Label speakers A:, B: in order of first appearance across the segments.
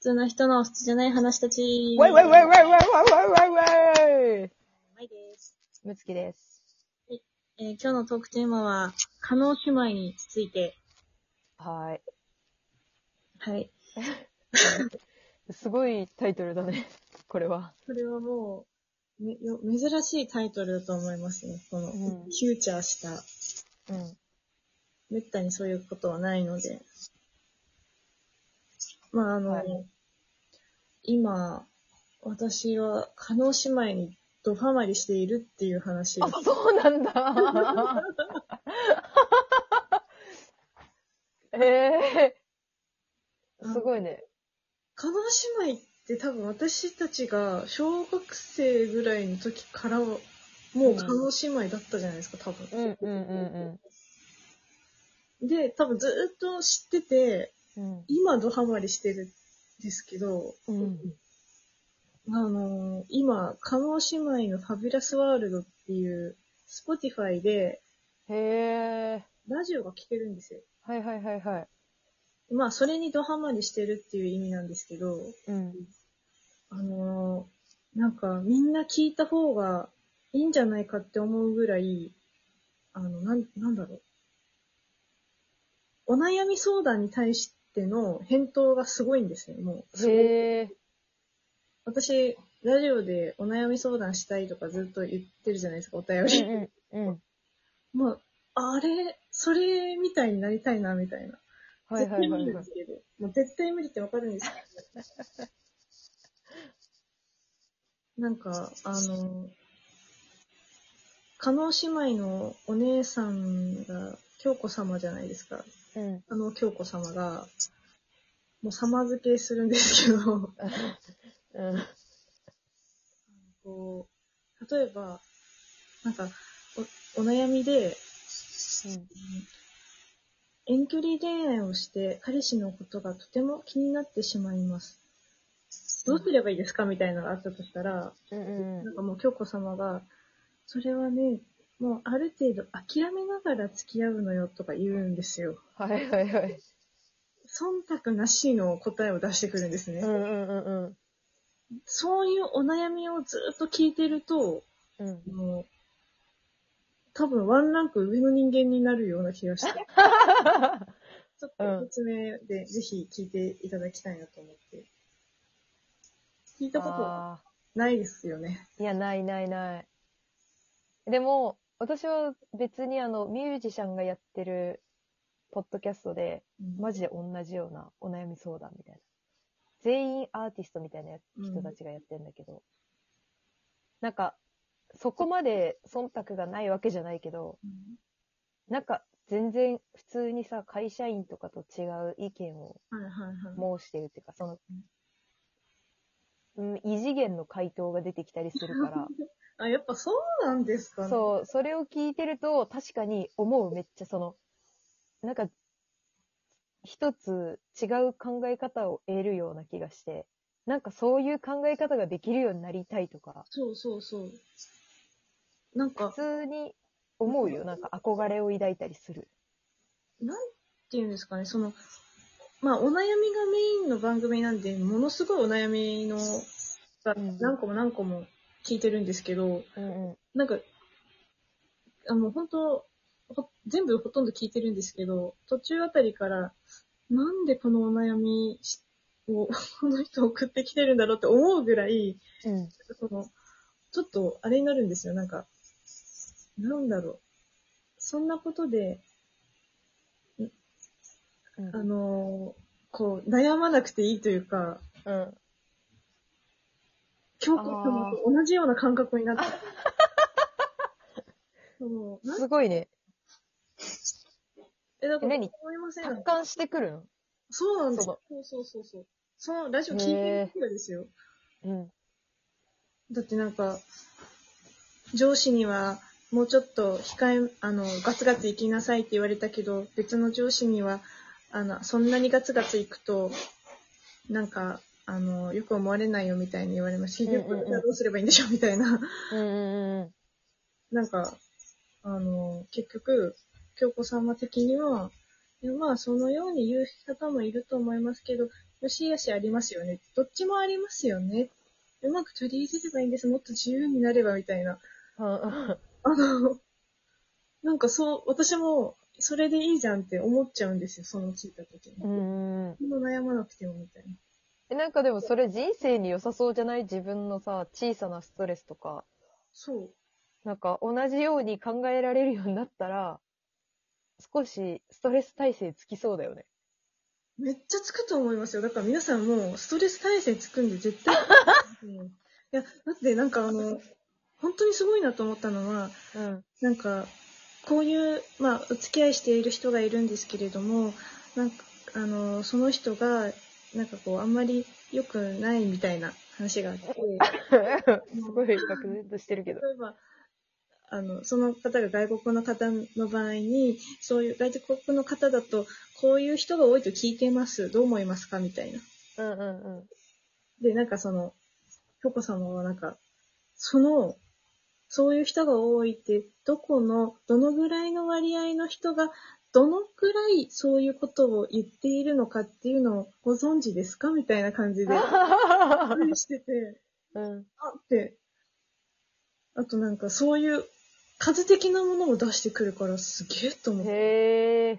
A: 通な人の普通じゃない話たち。
B: わいわいわい
A: い。
B: わいわいわいわいわいわい
A: です。
B: むつきです。
A: えー今日のトークテーマは、加納姉妹について。
B: はー
A: はい。
B: い。すごいタイトルだね。これは。
A: これはもう、めよ珍しいタイトルだと思いますね。この、
B: うん
A: キューチャーした。
B: うん。
A: めったにそういうことはないので。まあ、あの、
B: はい
A: 今、私は、加納姉妹にドハマりしているっていう話。
B: あ、そうなんだ。ええー。すごいね。
A: カノ姉妹って多分私たちが小学生ぐらいの時からもうカノ姉妹だったじゃないですか、多分。
B: うんうんうん
A: で、多分ずっと知ってて、
B: うん。
A: 今ドハマりしてるんですけど、
B: うん。
A: あのー今、カノ姉妹のファビュラスワールドっていう、Spotify で
B: へえ。
A: ラジオが聴けるんですよ。
B: はいはいはいはい。
A: まあ、それにドハマりしてるっていう意味なんですけど、
B: うん。
A: あのーなんかみんな聞いた方がいいんじゃないかって思うぐらい、あの、なん、なんだろう。お悩み相談に対しての返答がすごいんですよ、もう。
B: へえ。
A: 私、ラジオでお悩み相談したいとかずっと言ってるじゃないですか、お便り。
B: うんうんうん。
A: まあ、あれ、それみたいになりたいな、みたいな。
B: はいは
A: 絶
B: いは
A: 対無理
B: い
A: な
B: は
A: ん
B: い
A: です。けど。もう絶対無理ってわかるんですけ ど。なんか、あの、加納姉妹のお姉さんが、京子様じゃないですか。
B: うん。
A: あの京子様が、もう様付けするんですけ ど、
B: うん。
A: こう、例えば、なんか、おお悩みで、遠距離恋愛をして彼氏のことがとても気になってしまいます。どうすればいいですかみたいなのがあったとしたら、
B: うんうん
A: なんかもう京子様が、それはね、もうある程度諦めながら付き合うのよとか言うんですよ。
B: はいはいはい。
A: 忖度なしの答えを出してくるんですね。
B: うんうんうんうん。
A: そういうお悩みをずっと聞いてると、
B: うん。
A: もう、多分ワンランク上の人間になるような気がして。ちょっと説明で、ぜひ聞いていただきたいなと思って。聞いたこと
B: あ
A: ないですよね。
B: ーいや、ないないない。でも、私は別にあの、ミュージシャンがやってる、ポッドキャストで、マジで同じようなお悩み相談みたいな。全員アーティストみたいなや人たちがやってんだけど、なんか、そこまで忖度がないわけじゃないけど、
A: うん
B: なんか、全然普通にさ、会社員とかと違う意見を
A: はいはいはい。
B: 申してるっていうか、その、うん、異次元の回答が出てきたりするか
A: あ、やっぱそうなんですかね。
B: ら、 そう、それを聞いてると、確かに思う、めっちゃその、なんか、一つ違う考え方を得るような気がして、なんかそういう考え方ができるようになりたいとか、
A: そうそうそう。なん
B: 普
A: か、
B: 通に思うよ、なんか憧れを抱いたりする。
A: なんていうんですかね、その、まあ、お悩みがメインの番組なんで、ものすごいお悩みの、が
B: うん
A: 何個も何個も聞いてるんですけど、
B: うんうん。
A: なんか、あの、本当ほ全部ほとんど聞いてるんですけど、途中あたりから、なんでこのお悩みしを、 この人送ってきてるんだろうって思うぐらい、
B: うん。
A: その、ちょっと、あれになるんですよ、なんか。なんだろう。そんなことで、
B: うん
A: あのーこう、悩まなくていいというか、
B: うん。
A: 教科様と同じような感覚になって。そう、なん
B: すごいね。
A: え、だから、
B: え何
A: 思いません
B: 達観してくるの
A: そうなんです
B: そ
A: よ。そうそうそうそう。そのラジオ聞いてるからですよ。
B: うん。
A: だってなんか、上司には、もうちょっと控え、あの、ガツガツ行きなさいって言われたけど、別の上司には、あの、そんなにガツガツ行くと、なんか、あの、よく思われないよみたいに言われました。
B: うんうん
A: 結
B: うん
A: 局、じゃあどうすればいいんでしょうみたいな。
B: うんうんうん。
A: なんか、あの、結局、京子様的には、いやまあ、そのように言う方もいると思いますけど、よし悪しありますよね。どっちもありますよね。うまく取り入れればいいんです。もっと自由になればみたいな。
B: うん
A: あの、 なんかそう、私も、それでいいじゃんって思っちゃうんですよ、そのついた時に。
B: うんうん。
A: そんな悩まなくてもみたいな。
B: え、なんかでもそれ人生に良さそうじゃない自分のさ、小さなストレスとか、
A: そう。
B: なんか同じように考えられるようになったら、少しストレス耐性つきそうだよね。
A: めっちゃつくと思いますよ。だから皆さんもうストレス耐性つくんで絶対。うんいや、だってなんかあの、本当にすごいなと思ったのは、
B: うん。
A: なんか、こういう、まあ、お付き合いしている人がいるんですけれども、なんか、あの、その人が、なんかこう、あんまり良くないみたいな話があって、
B: すごい漠然としてるけど。
A: 例えば、あの、その方が外国の方の場合に、そういう外国の方だと、こういう人が多いと聞いてます。どう思いますかみたいな。
B: うんうん
A: で、なんかその、ひょこ様はなんか、その、そういう人が多いって、どこの、どのぐらいの割合の人が、どのくらいそういうことを言っているのかっていうのをご存知ですかみたいな感じで、話してて、
B: うん。うん。
A: あって、あとなんかそういう数的なものも出してくるからすげえと思って。
B: へえ。
A: っ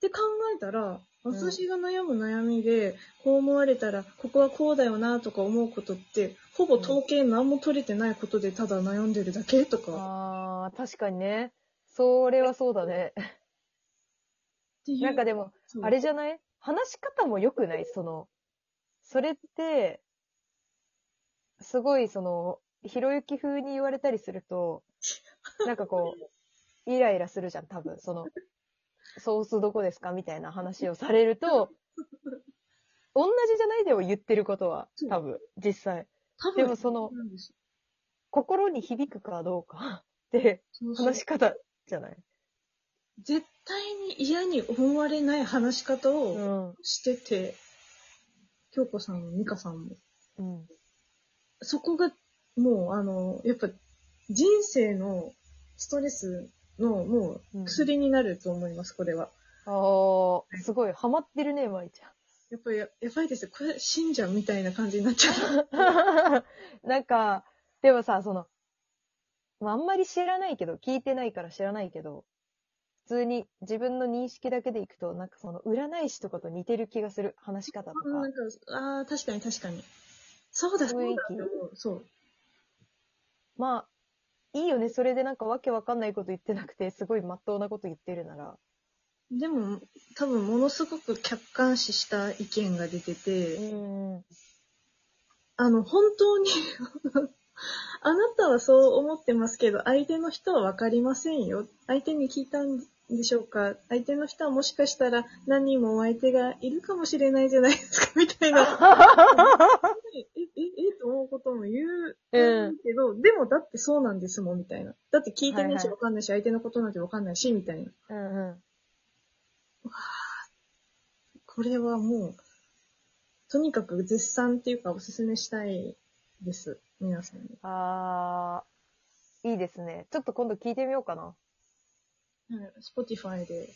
A: て考えたら、
B: うん
A: 私が悩む悩みで、こう思われたら、ここはこうだよなとか思うことって、ほぼ統計何も取れてないことでただ悩んでるだけとか、っ
B: ああ、確かにね。それはそうだね。
A: ていう。
B: なんかでも、
A: そう
B: あれじゃない話し方も良くないその、それって、すごいその、ひろゆき風に言われたりすると、なんかこう、イライラするじゃん、多分。その、ソースどこですかみたいな話をされると、同じじゃないでも言ってることは、多分、実際。
A: 多分
B: でもその
A: なんです
B: 心に響くかどうか って、
A: そうそう
B: 話し方じゃない
A: 絶対に嫌に思われない話し方
B: う
A: を
B: ん。
A: してて、京子さんも美香さんも。
B: うん。
A: そこが、もう、あの、やっぱ、人生のストレスの、も
B: うん
A: う、薬になると思います、これは。
B: ああ、すごい、ハマってるね、舞ちゃん。
A: やっぱりや、やばいですよ。これ、信者みたいな感じになっちゃう。
B: なんか、でもさ、その、まあ、あんまり知らないけど、聞いてないから知らないけど、普通に自分の認識だけでいくと、なんかその、占い師とかと似てる気がする、話し方とか。
A: あなんかあー、確かに確かに。そうだ、そうだ
B: 雰囲気
A: って思う。そう。
B: まあ、いいよね、それでなんかわけわかんないこと言ってなくて、すごいまっとうなこと言ってるなら。
A: でも、多分、ものすごく客観視した意見が出てて、
B: うん。うん
A: あの、本当に、 あなたはそう思ってますけど、相手の人はわかりませんよ。相手に聞いたんでしょうか相手の人はもしかしたら何人もお相手がいるかもしれないじゃないですかみたいな。え、え、え、と思うことも言う
B: うん
A: けど、でもだってそうなんですもん、みたいな。だって聞いてない
B: はいは
A: し
B: い
A: わかんないし、相手のことなんてわかんないし、みたいな。
B: うん。
A: これはもう、とにかく絶賛っていうかおすすめしたいです。皆さんに。
B: あー、いいですね。ちょっと今度聞いてみようかな。
A: スポティファイで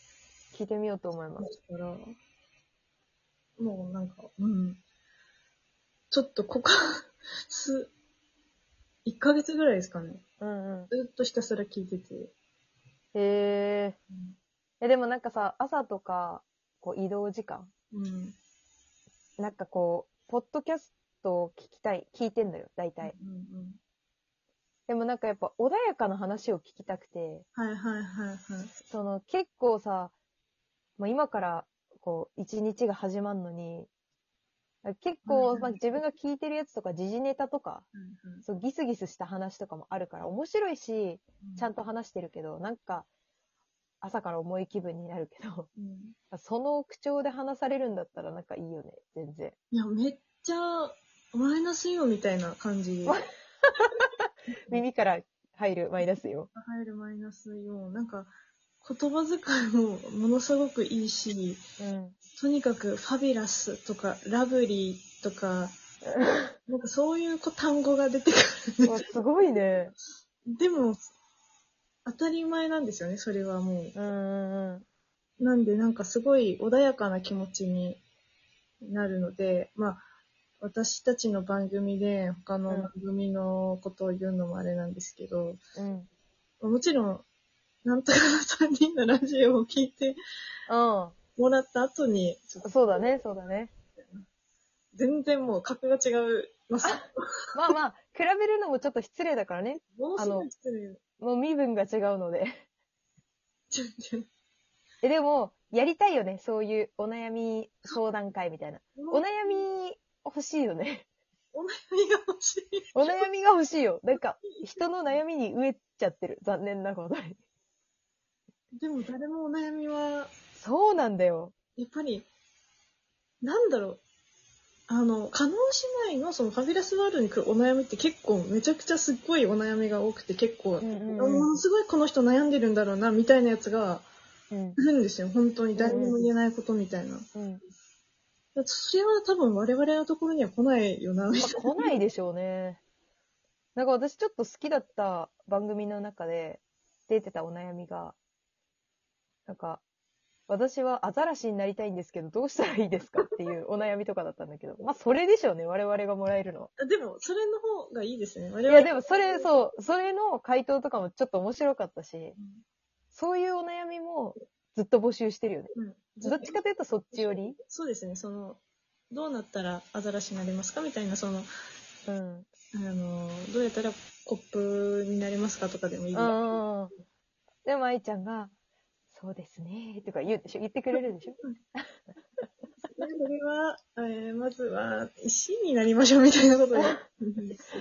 B: 聞いてみようと思います。
A: だから、もうなんか、うん。ちょっとここ、す、1ヶ月ぐらいですかね。
B: うんうん。
A: ずっとひたすら聞いてて。
B: へえ。え、でもなんかさ、朝とか、こう移動時間、
A: うん。
B: なんかこう、ポッドキャストを聞きたい、聞いてんのよ、大体。
A: うんうん。
B: でもなんかやっぱ穏やかな話を聞きたくて、
A: はいはいはいはい。
B: その結構さ、まあ、今からこう、一日が始まるのに、結構、
A: うん
B: まあ、自分が聞いてるやつとか、時事ネタとか、
A: うん
B: そうギスギスした話とかもあるから、面白いし、ちゃんと。話してるけど、なんか、朝から重い気分になるけど、
A: うん
B: その口調で話されるんだったらなんかいいよね、全然。
A: いや、めっちゃ、マイナスイオンみたいな感じ。
B: わ耳から入るマイナスよ。
A: 入るマイナスイオン。なんか、言葉遣いもものすごくいいし、
B: うん。
A: とにかくファビュラスとか、ラブリーと か、なんかそういうこう単語が出てくるんです
B: すごいね。
A: でも、当たり前なんですよね、それはも
B: うんうんうん。
A: う。なんで、なんかすごい穏やかな気持ちになるので、まあ、私たちの番組で他の
B: うん
A: 番組のことを言うのもあれなんですけど、
B: うん。
A: まあもちろん、なんとかの3人のラジオを聞いて
B: う
A: もらった後に、ちょっと
B: ん。そうだね、そうだね。
A: 全然もう格が違うます。
B: まあまあ、比べるのもちょっと失礼だからね。
A: もうす
B: あ
A: ぐ
B: の
A: 失礼
B: もう身分が違うので。
A: ちょっと
B: え、でも、やりたいよね。そういうお悩み相談会みたいな。お
A: もう
B: 悩み欲しいよね。
A: お悩みが欲 しい。
B: お悩みが欲しいよ。なんか、人の悩みに飢えちゃってる。残念なことに。
A: でも誰もお悩みは、
B: そうなんだよ。
A: やっぱり、なんだろう。あの、加納姉妹のそのファビュラスワールドに来るお悩みって結構めちゃくちゃすっごいお悩みが多くて結構、
B: うんうんうん
A: ものすごいこの人悩んでるんだろうなみたいなやつが
B: うん。
A: いるんですよ。本当に誰にも言えないことみたいな。
B: うん。
A: だってそれは多分我々のところには来ないよな、みたいな。
B: まあ来ないでしょうね。なんか私ちょっと好きだった番組の中で出てたお悩みが、なんか、私はアザラシになりたいんですけど、どうしたらいいですかっていうお悩みとかだったんだけど、まあそれでしょうね、我々がもらえるのは。
A: あでも、それの方がいいですね。我
B: い
A: 々
B: やでもそれ、そう、それの回答とかもちょっと面白かったし、そういうお悩みもずっと募集してるよね。
A: うん。
B: どっちかというとそっち寄り
A: そうですね、その、どうなったらアザラシになれますかみたいな、その、
B: うん。
A: あの、どうやったらコップになれますかとかでもいい。
B: うんうん。でも愛ちゃんが、そうですね、とか言うでしょ言ってくれるでしょ
A: それは、えーまずは、石になりましょうみたいなこと で。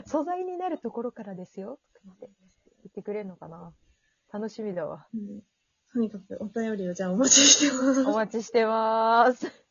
B: 素材になるところからですよって言ってくれるのかな 楽しみだわ。
A: うんとにかくお便りをじゃあお待ちしてます。
B: お待ちしてまーす。